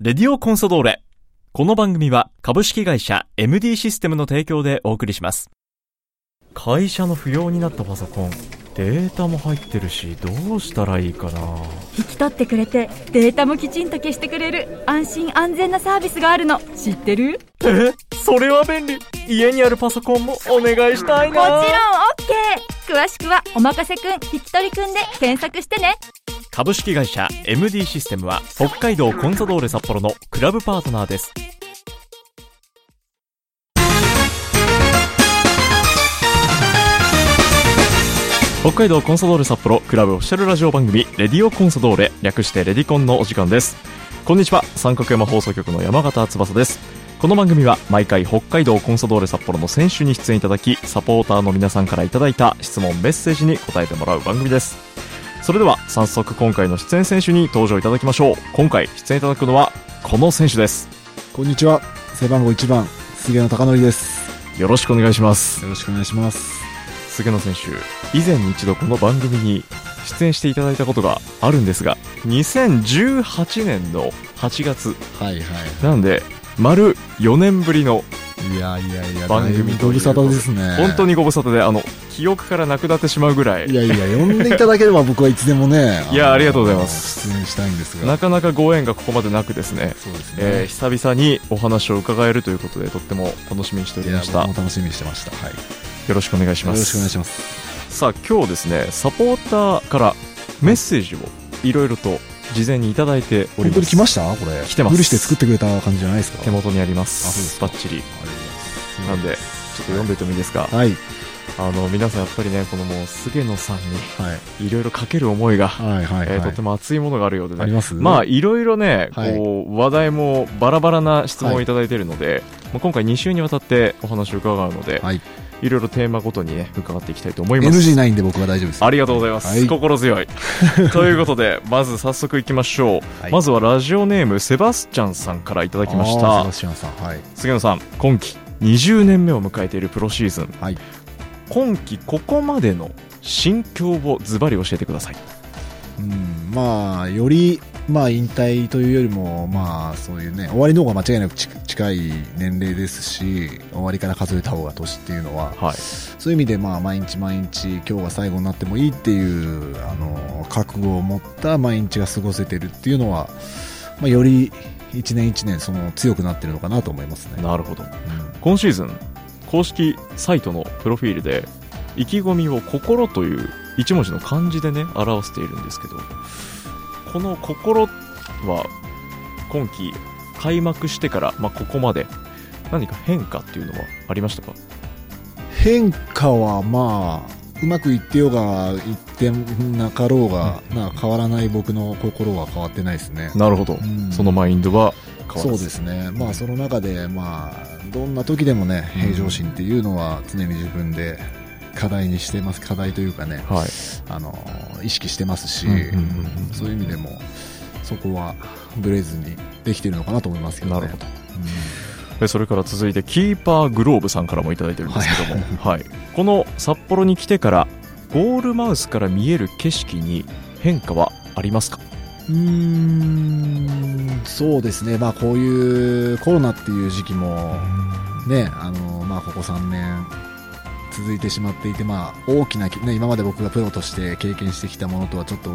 レディオコンソドーレ。この番組は株式会社 MD システムの提供でお送りします。会社の不要になったパソコン、データも入ってるし、どうしたらいいかな。引き取ってくれてデータもきちんと消してくれる安心安全なサービスがあるの知ってるえそれは便利家にあるパソコンもお願いしたいもちろん OK 詳しくは「おまかせくん引き取りくん」で検索してね株式会社 MD システムは北海道コンサドーレ札幌のクラブパートナーです北海道コンサドーレ札幌クラブオフィシャルラジオ番組「レディオコンサドーレ」略して「レディコン」のお時間ですこんにちは三角山放送局の山形翼ですこの番組は毎回北海道コンサドーレ札幌の選手に出演いただきサポーターの皆さんからいただいた質問メッセージに答えてもらう番組ですそれでは早速今回の出演選手に登場いただきましょう今回出演いただくのはこの選手ですこんにちは背番号1番菅野貴則ですよろしくお願いしますよろしくお願いします菅野選手以前に一度この番組に出演していただいたことがあるんですが2018年の8月はいはなんで丸4年ぶりのいいやいやいや番組だいぶご無沙汰ですね本当ににご無沙汰であの記憶からなくなってしまうぐらいいやいや呼んでいただければ僕はいつでもね いやのありがとうございます出演したいんですがなかなかご縁がここまでなくですね、そうですね、えー久々にお話を伺えるということでとっても楽しみにしておりいやました僕よも楽しみにしてましたはいよろしくお願いしまろすしくお願いしますさあ今日ですねサポーターからメッセージをいろいろと事前にいただいておりま本す当に来ましたこれ来てます無理して作ってくれた感じじゃないですか手元にありまあそうですすバッチリちょあなんりでっがとうございますと読んでいてもいいですか、はいあの皆さんやっぱりねこのもう菅野さんはいにいろいろかける思いが、はいはいはい、えーとても熱いものがあるようでありねますまあいろいろね、はいこう話題もバラバラな質問をいただいているので、まあ今回2週にわたってお話を伺うので、はいい、ろいろテーマごとにね伺っていきたいと思います NG ないんで僕は大丈夫ですありがとうございます、はい心強 いということでまず早速いきましょう、はいまずはラジオネームセバスチャンさんからいただきましあーたセバスチャンさんはい杉野さん今季20年目を迎えているプロシーズン、はい今季ここまでの心境をズバリ教えてくださいうん、まあより、まあ、引退というよりも、まあ、そういうね終わりの方が間違いなくち近い年齢ですし終わりから数えた方が年っていうのははいそういう意味で、まあ、毎日毎日今日が最後になってもいいっていうあの覚悟を持った毎日が過ごせてるっていうのは、まあ、より一年一年その強くなってるのかなと思いますね。なるほどうん今シーズン公式サイトのプロフィールで意気込みを「心」という一文字の漢字でね表しているんですけどこの「心」は今季開幕してから、まあ、ここまで何か変化っていうのはありましたか変化はまあうまくいってようがいってなかろうが、まあ、変わらない僕の心は変わってないですね。なるほどうんそのマインドは変わそうらでずすね、まあ、その中で、まあ、どんな時でもねうん平常心っていうのは常に自分で課題にしてます課題というかねはいあの意識してますし、うんうんうんうんそういう意味でもそこはぶれずにできてるのかなと思いますけどね。なるほどうんでそれから続いてキーパーグローブさんからもいただいてるんですけども、 はいこの札幌に来てからゴールマウスから見える景色に変化はありますかうーんそうですね、まあ、こういうコロナっていう時期も、ねあのまあ、ここ3年続いてしまっていて、まあ、大きなき、ね、今まで僕がプロとして経験してきたものとはちょっと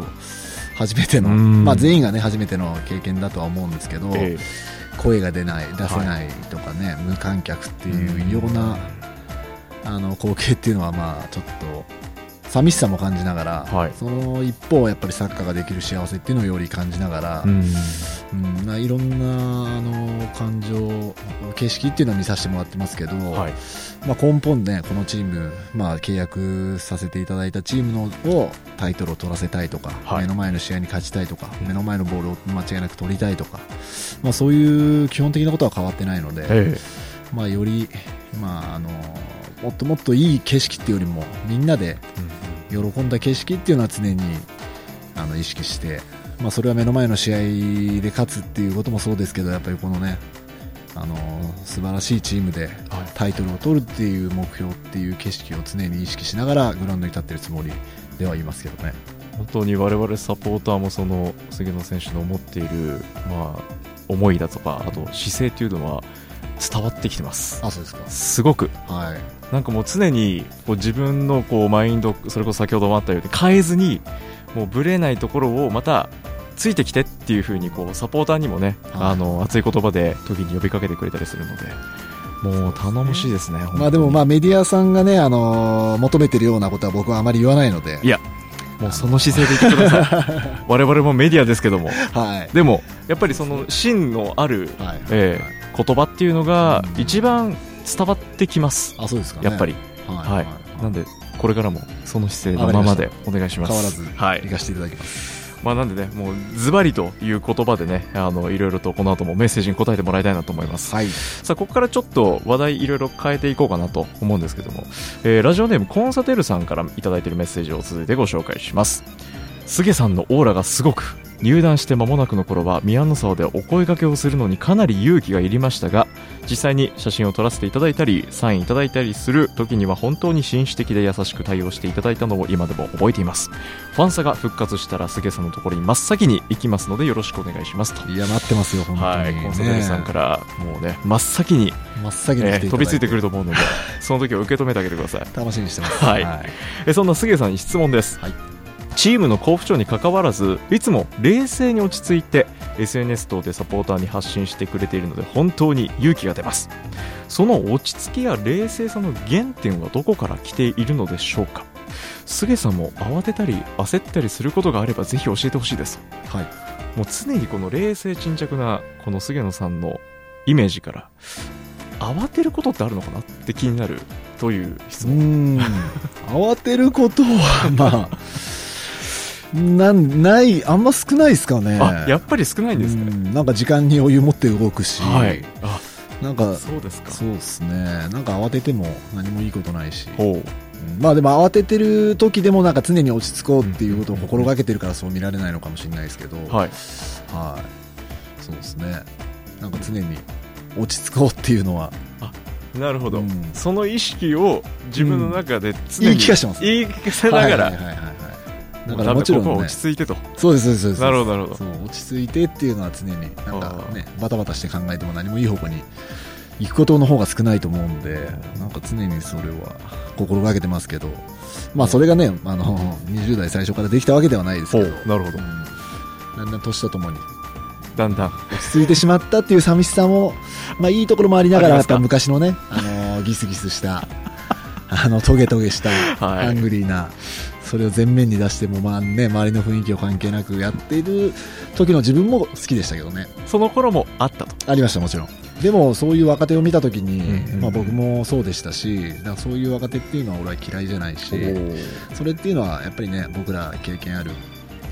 初めての、うんまあ、全員が、ね、初めての経験だとは思うんですけど、え声が出ない、出せないとかね、無観客っていう異様な、あの光景っていうのは、まあ、ちょっと。寂しさも感じながら、はいその一方、やっぱりサッカーができる幸せっていうのをより感じながら、えうんうん、ないろんなあの感情、景色っていうのは見させてもらってますけど、はいまあ、根本ね、このチーム、まあ、契約させていただいたチームのをタイトルを取らせたいとか、はい目の前の試合に勝ちたいとか、うん目の前のボールを間違いなく取りたいとか、まあ、そういう基本的なことは変わってないので、えまあ、より、まあ、あのもっともっといい景色っていうよりもみんなでえ喜んだ景色っていうのは常にあの意識して、まあ、それは目の前の試合で勝つっていうこともそうですけどやっぱりこのねあの素晴らしいチームではいタイトルを取るっていう目標っていう景色を常に意識しながらグラウンドに立ってるつもりではいますけどね。本当に我々サポーターもその杉野選手の思っている、まあ、思いだとかあと姿勢っていうのは伝わってきてますあそうですすごくかはいなんかもう常にこう自分のこうマインドそれこそ先ほどもあったように変えずにもうぶれないところをまたついてきてっていう風にこうサポーターにもね、はいあの熱い言葉で時に呼びかけてくれたりするのでもう頼もしいですねまあでもまああメディアさんがね、あのー求めてるようなことは僕はあまり言わないので、いやもうその姿勢でいてください 我々もメディアですけどもはい。でもやっぱりその芯のあるはい。え言葉っていうのがうん一番伝わってきますあ、そうですか、ね。やっぱり、はい。はいなんでこれからもその姿勢のままでお願いします変わらずはい行かせていただきます。まあ、なんでね、もうズバリという言葉でね、あのいろいろとこの後もメッセージに答えてもらいたいなと思います。はい。さあ、ここからちょっと話題いろいろ変えていこうかなと思うんですけども、えーラジオネームコンサテールさんからいただいているメッセージを続いてご紹介します。すげさんのオーラがすごく、入団して間もなくの頃は宮の沢でお声掛けをするのにかなり勇気がいりましたが、実際に写真を撮らせていただいたり、サインいただいたりする時には本当に紳士的で優しく対応していただいたのを今でも覚えています。ファンサが復活したらすげさんのところに真っ先に行きますのでよろしくお願いしますと。いや、待ってますよ、本当に。。はい、コンサテールさんからら、もうね、真っ先に真っ先に来ていただいて、えー飛びついてくると思うのでその時を受け止めてあげてください楽しみにしてます。はいえーそんな杉江さんに質問です、はいチームの好不調に関わらずいつも冷静に落ち着いて SNS 等でサポーターに発信してくれているので本当に勇気が出ますその落ち着きや冷静さの原点はどこから来ているのでしょうか杉江さんも慌てたり焦ったりすることがあればぜひ教えてほしいですはい。もう常にこの冷静沈着なこの菅野さんのイメージから慌てることってあるのかなって気になるという質うー問ん。慌てることは、まあ、なん、ない、あんま少ないですかね。あやっぱり少ないんですうねんなんか時間に余裕持って動くし、はいあなんか、そうですかそうですね。なんか慌てても何もいいことないし。ほううんまあでも慌ててる時でもなんか常に落ち着こうっていうことを心がけてるからそう見られないのかもしれないですけど、はい、はいそうですね。なんか常に落ち着こうっていうのは、なるほど、うんその意識を自分の中で常に、言い聞かせてます言い聞かせながら、はいはいはいはい、だだからからももちちろろんん、ここはね、落ち着いてとそうですそうですそうです。なるほどなるほどそう落ち着いてっていうのは常になんかねバタバタして考えても何もいい方向に行くことの方が少ないと思うんで、なんか常にそれは心がけてますけど、まあそれがねあの20代最 初からできたわけではないですほけうなど。るほどうんだんだん年とともにだんだん落ち着いてしまったっていう寂しさも、まあ、いいところもありなあがらりやまっすかぱ昔のね、あのーギスギ スしたあのトゲトゲしたはいハングリーな、それを前面に出してもまあ、ね、周りの雰囲気を関係なくやっている時の自分も好きでしたけどねその頃もあったとありましたもちろんでもそういう若手を見た時に、うんうんうんまあ、僕もそうでしたしだからそういう若手っていうのは俺は嫌いじゃないしそれっていうのはやっぱりね僕ら経験ある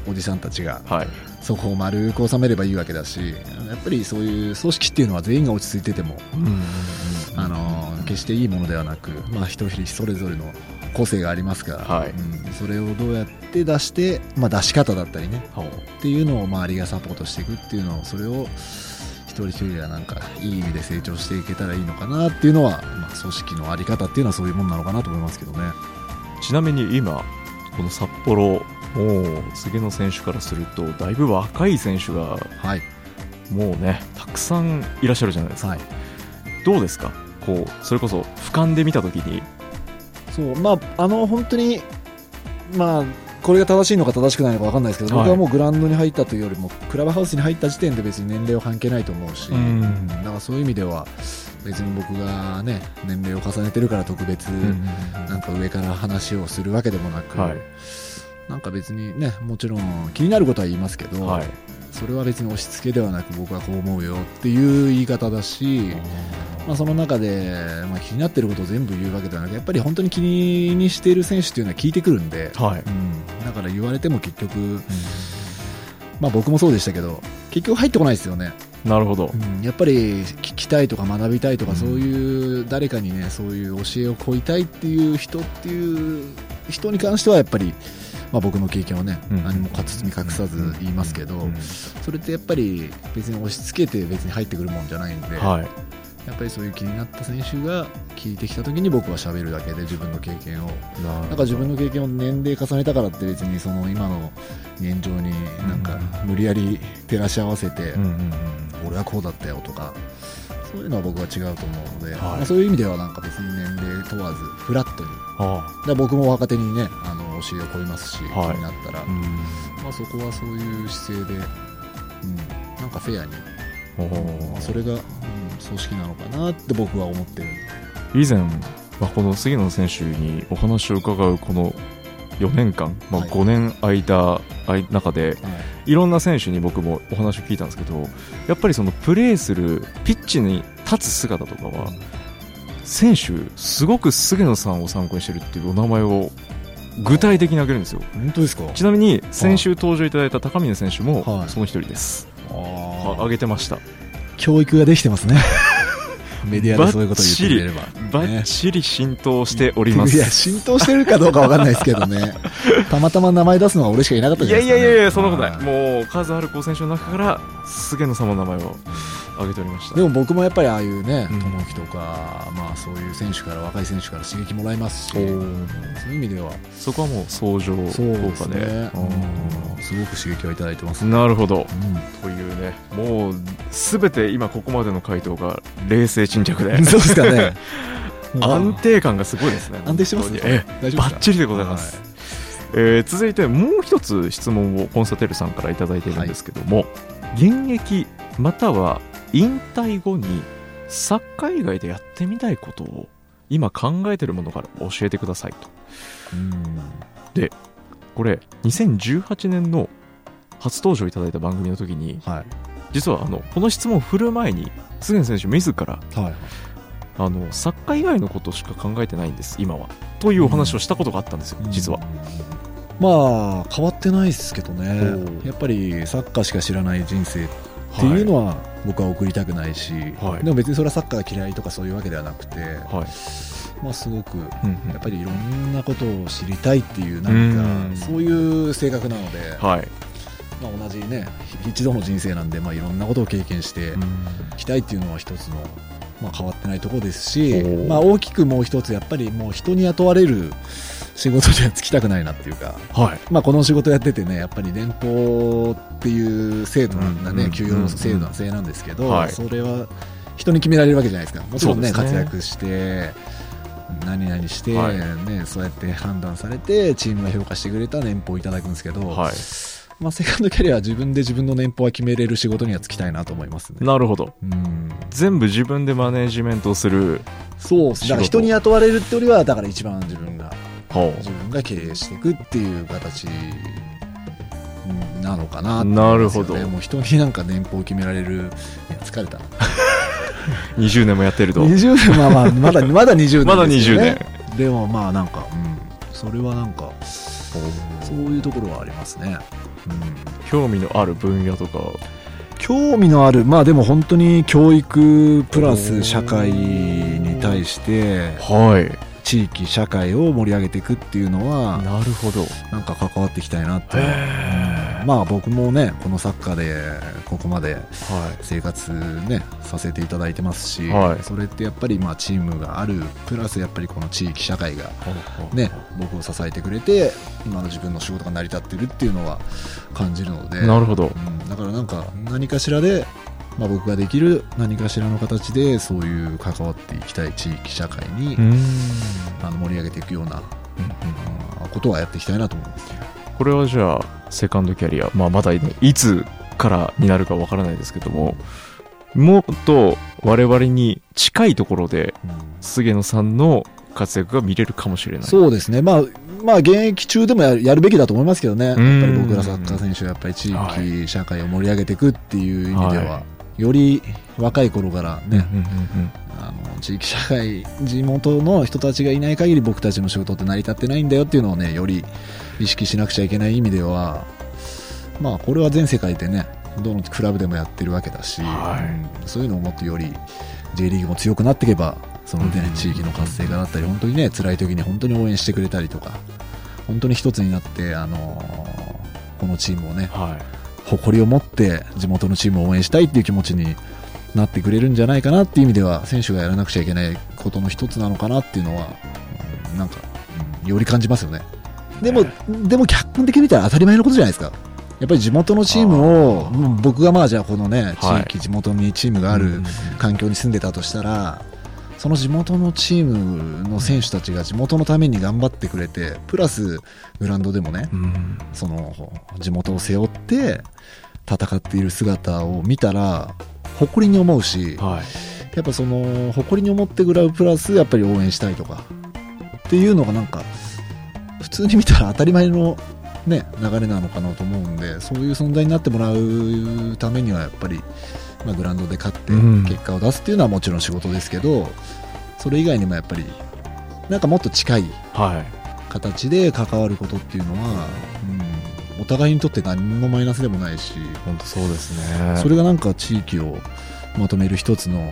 おじさんたちがはいそこを丸く収めればいいわけだしやっぱりそういう組織っていうのは全員が落ち着いてても、あの決していいものではなく、まあ、人それぞれの個性がありますから、はいうんそれをどうやって出して、まあ、出し方だったりねほうっていうのを周りがサポートしていくっていうのをそれを一人一人がなんかいい意味で成長していけたらいいのかなっていうのは、まあ、組織の在り方っていうのはそういうもんなのかなと思いますけどね。ちなみに今この札幌もう菅野選手からするとだいぶ若い選手がはい、もうねたくさんいらっしゃるじゃないですか、はいどうですかこうそれこそ俯瞰で見た時にそうまあ、あの本当に、まあ、これが正しいのか正しくないのか分かんないですけど、はい僕はもうグラウンドに入ったというよりもクラブハウスに入った時点で別に年齢は関係ないと思うし、うんだからそういう意味では別に僕が、ね、年齢を重ねてるから特別、なんか上から話をするわけでもなく、はいなんか別にねもちろん気になることは言いますけど、はいそれは別に押し付けではなく僕はこう思うよっていう言い方だし。まあ、その中で、まあ、気になってることを全部言うわけではなくやっぱり本当に気にしている選手っていうのは聞いてくるんで、はいうん、だから言われても結局、まあ、僕もそうでしたけど結局入ってこないですよね、なるほどうんやっぱり聞きたいとか学びたいとか、うんそういう誰かにねそういう教えを乞いたいっていう人っていう人に関してはやっぱり、まあ、僕の経験をね、うん何も包み隠さず言いますけど、うんそれってやっぱり別に押し付けて別に入ってくるもんじゃないんで。はいやっぱりそういう気になった選手が聞いてきた時に僕は喋るだけで自分の経験をななんか自分の経験を年齢重ねたからって別にその今の現状になんか無理やり照らし合わせて、うんうんうん俺だこうだったよとかそういうのは僕は違うと思うので、はいまあそういう意味ではなんか別に年齢問わずフラットにだかあら僕も若手にねあの教えを込めますし、はい気になったら、あうんまあ、そこはそういう姿勢で、うん、なんかフェアに、おーそれが、うん、組織なのかなって僕は思ってるんで以前、まあ、この杉野選手にお話を伺うこの4年間、まあ、はい5年空いた間中ではいいろんな選手に僕もお話を聞いたんですけどやっぱりそのプレーするピッチに立つ姿とかは選手、すごく杉野さんを参考にしてるっていうお名前を具体的に挙げるんですよ。本当ですかちなみに先週登場いただいた高峰選手もはいその一人です、ああ挙げてました教育ができてます ねメディアでそういうことを言ってくれればばっねちり浸透しておりますいや浸透してるかどうかわかんないですけど ねたまたま名前出すのは俺しかいなかったいじゃやないいですやか、いね、やいやそんなことないはもう数ある好選手の中から菅野様の名前を挙げておりましたでも僕もやっぱりああいうねうん友樹とか、まあそういう選手から若い選手から刺激もらいますしおそうーいう意味ではそこはもう相乗効そうです果ねでうんすごく刺激をいただいてます、ううんんなるほどというねもうすべて今ここまでの回答が冷静沈着 でそうですかね安定感がすごいですね安定してます本ね当にええ大丈バ夫ですかッチリでございます、はえー続いてもう一つ質問をコンサテルさんから頂いただいているんですけども、現役または引退後にサッカー以外でやってみたいことを今考えてるものから教えてくださいとうんこれ2018年の初登場いただいた番組の時にはい実はあのこの質問を振る前に菅野選手自らはいあのサッカー以外のことしか考えてないんです今はというお話をしたことがあったんですよ実は、まあ変わってないですけどおねーやっぱりサッカーしか知らない人生っていうのは僕は送りたくないし、はいでも別にそれはサッカーが嫌いとかそういうわけではなくて、はい、まあ、すごくやうんっぱりいろんなことを知りたいっていうなんうんかそういう性格なので、うんはい、まあ、同じね一度の人生なんで、まあ、いろんなことを経験していきたいっていうのは一つの、まあ、変わってないところですしおー、まあ、大きくもう一つやっぱりもう人に雇われる仕事には就きたくないなっていうか。はいまあ、この仕事やっててね、やっぱり年俸っていう制度なんだうんうんうね、ん給与の制度の制なんですけど、はいそれは人に決められるわけじゃないですか、もちろんね、そうです活ね躍して、何々して、はいね、そうやって判断されて、チームが評価してくれた年俸をいただくんですけど、はいまあ、セカンドキャリアは自分で自分の年俸は決めれる仕事には就きたいなと思いますね。なるほどうん全部自分でマネージメントをするそうっすだから仕事人に雇われるってよりは、だから一番自分がほ自分が経営していくっていう形うんなのかなってなるほど思いますよねもう人になんか年俸を決められるいや疲れたう20年もやってると20年まあまあ まだまだ20年ですよねまだ20年でもまあなんか、うん、それはなんかそういうところはありますね、うん、興味のある分野とか興味のあるまあでも本当に教育プラおース社会に対してはい地域社会を盛り上げていくっていうのはなるほどなんか関わっていきたいなってへまあ僕もねこのサッカーでここまでは生活ねさせていただいてますし、はいそれってやっぱりまあチームがあるプラスやっぱりこの地域社会がいね僕を支えてくれて今の自分の仕事が成り立ってるっていうのは感じるのでなるほどうんだからなんか何かしらで、まあ、僕ができる何かしらの形でそういう関わっていきたい地域社会に、うんあの盛り上げていくような、うんことはやっていきたいなと思います。これはじゃあセカンドキャリア、まあ、まだねいつからになるかわからないですけどももっと我々に近いところでうん菅野さんの活躍が見れるかもしれないそうですね、まあ、まあ、現役中でもやるやるべきだと思いますけどね、やっぱんり僕らサッカー選手はやっぱり地は域、社会を盛り上げていくっていう意味では、はより若い頃からうんうね、んうんあの地域社会、地元の人たちがいない限り、僕たちの仕事って成り立ってないんだよっていうのをね、より意識しなくちゃいけない意味では、まあ、これは全世界でね、どのクラブでもやってるわけだし、はいうんそういうのをもっとより J リーグも強くなっていけば、そのねうん地域の活性化だったり、本当にね、辛い時に本当に応援してくれたりとか、本当に一つになって、あのーこのチームをね、はい誇りを持って地元のチームを応援したいっていう気持ちになってくれるんじゃないかなっていう意味では選手がやらなくちゃいけないことの一つなのかなっていうのは、うんなんか、うんより感じますよねでも、でも客観的に見たら当たり前のことじゃないですかやっぱり地元のチームをもう僕がまあじゃあこのね地はい域、地元にチームがある環境に住んでたとしたらその地元のチームの選手たちが地元のために頑張ってくれてプラスグラウンドでもねうんその地元を背負って戦っている姿を見たら誇りに思うし、はいやっぱその誇りに思ってグラウプラスやっぱり応援したいとかっていうのがなんか普通に見たら当たり前の、ね、流れなのかなと思うんでそういう存在になってもらうためにはやっぱり、まあ、グラウンドで勝ってうん結果を出すっていうのはもちろん仕事ですけど、それ以外にもやっぱりなんかもっと近いはい形で関わることっていうのは、うん、お互いにとって何のマイナスでもないし本当そうですねそれがなんか地域をまとめる一つの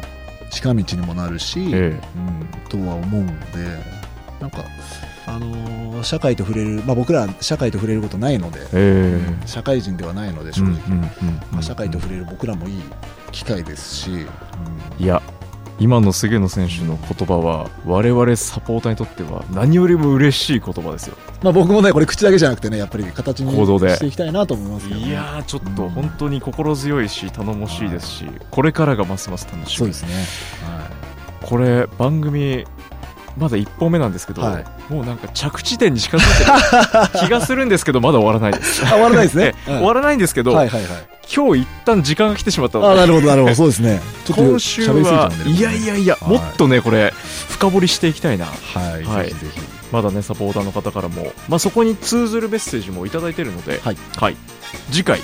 近道にもなるし、えうん、とは思うのでなんか、あのー社会と触れる、まあ、僕ら社会と触れることないのでええ社会人ではないのでえ正直、まうあ、ん社会と触れる僕らもいい機会ですし、うんいや今の菅野選手の言葉は我々サポーターにとっては何よりも嬉しい言葉ですよまあ、僕もねこれ口だけじゃなくてねやっぱり形に行動でしていきたいなと思いますけどね、いやーちょっうとん本当に心強いし頼もしいですしこれからがますます楽しそうみですね、はいこれ番組まだ1本目なんですけど、はもうなんか着地点に近づいてる気がするんですけどまだ終わらないです あ終わらないですね え。え終わらないんですけど、はいはいはい。今日一旦時間が来てしまったのであなるほどなるほどそうですね。ちょっ と今週喋りすぎちゃはうんでねいやいやいやはもいっとねこれ深掘りしていきたいなはい、はいぜひぜひまだねサポーターの方からも、まあ、そこに通ずるメッセージもいただいているので、はい次回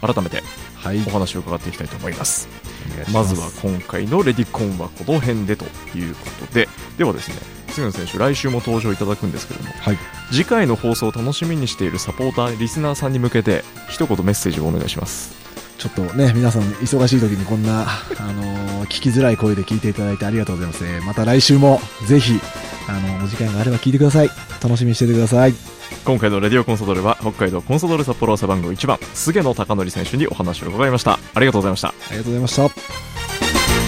改めてはいお話を伺っていきたいと思いますお願いしますずは今回のレディコンはこの辺でということでではですね菅野選手来週も登場いただくんですけどもはい次回の放送を楽しみにしているサポーターリスナーさんに向けて一言メッセージをお願いしますちょっとね皆さん忙しい時にこんなあのー聞きづらい声で聞いていただいてありがとうございます、えーまた来週もぜひあのーお時間があれば聞いてください楽しみにしててください今回のレディオコンソドルは北海道コンソドル札幌朝番号1番菅野貴則選手にお話を伺いましたありがとうございましたありがとうございました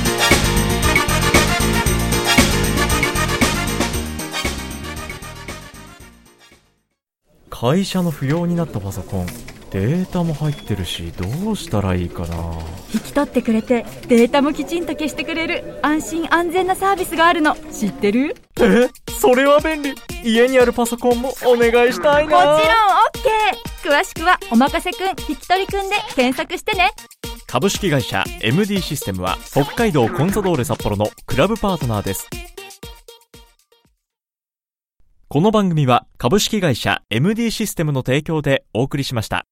会社の不要になったパソコンデータも入ってるしどうしたらいいかな引き取ってくれてデータもきちんと消してくれる安心安全なサービスがあるの知ってるえそれは便利家にあるパソコンもお願いしたいもちろん OK 詳しくは「おまかせくん引き取りくん」で検索してね株式会社 MD システムは北海道コンサドーレ札幌のクラブパートナーですこの番組は株式会社 MD システムの提供でお送りしました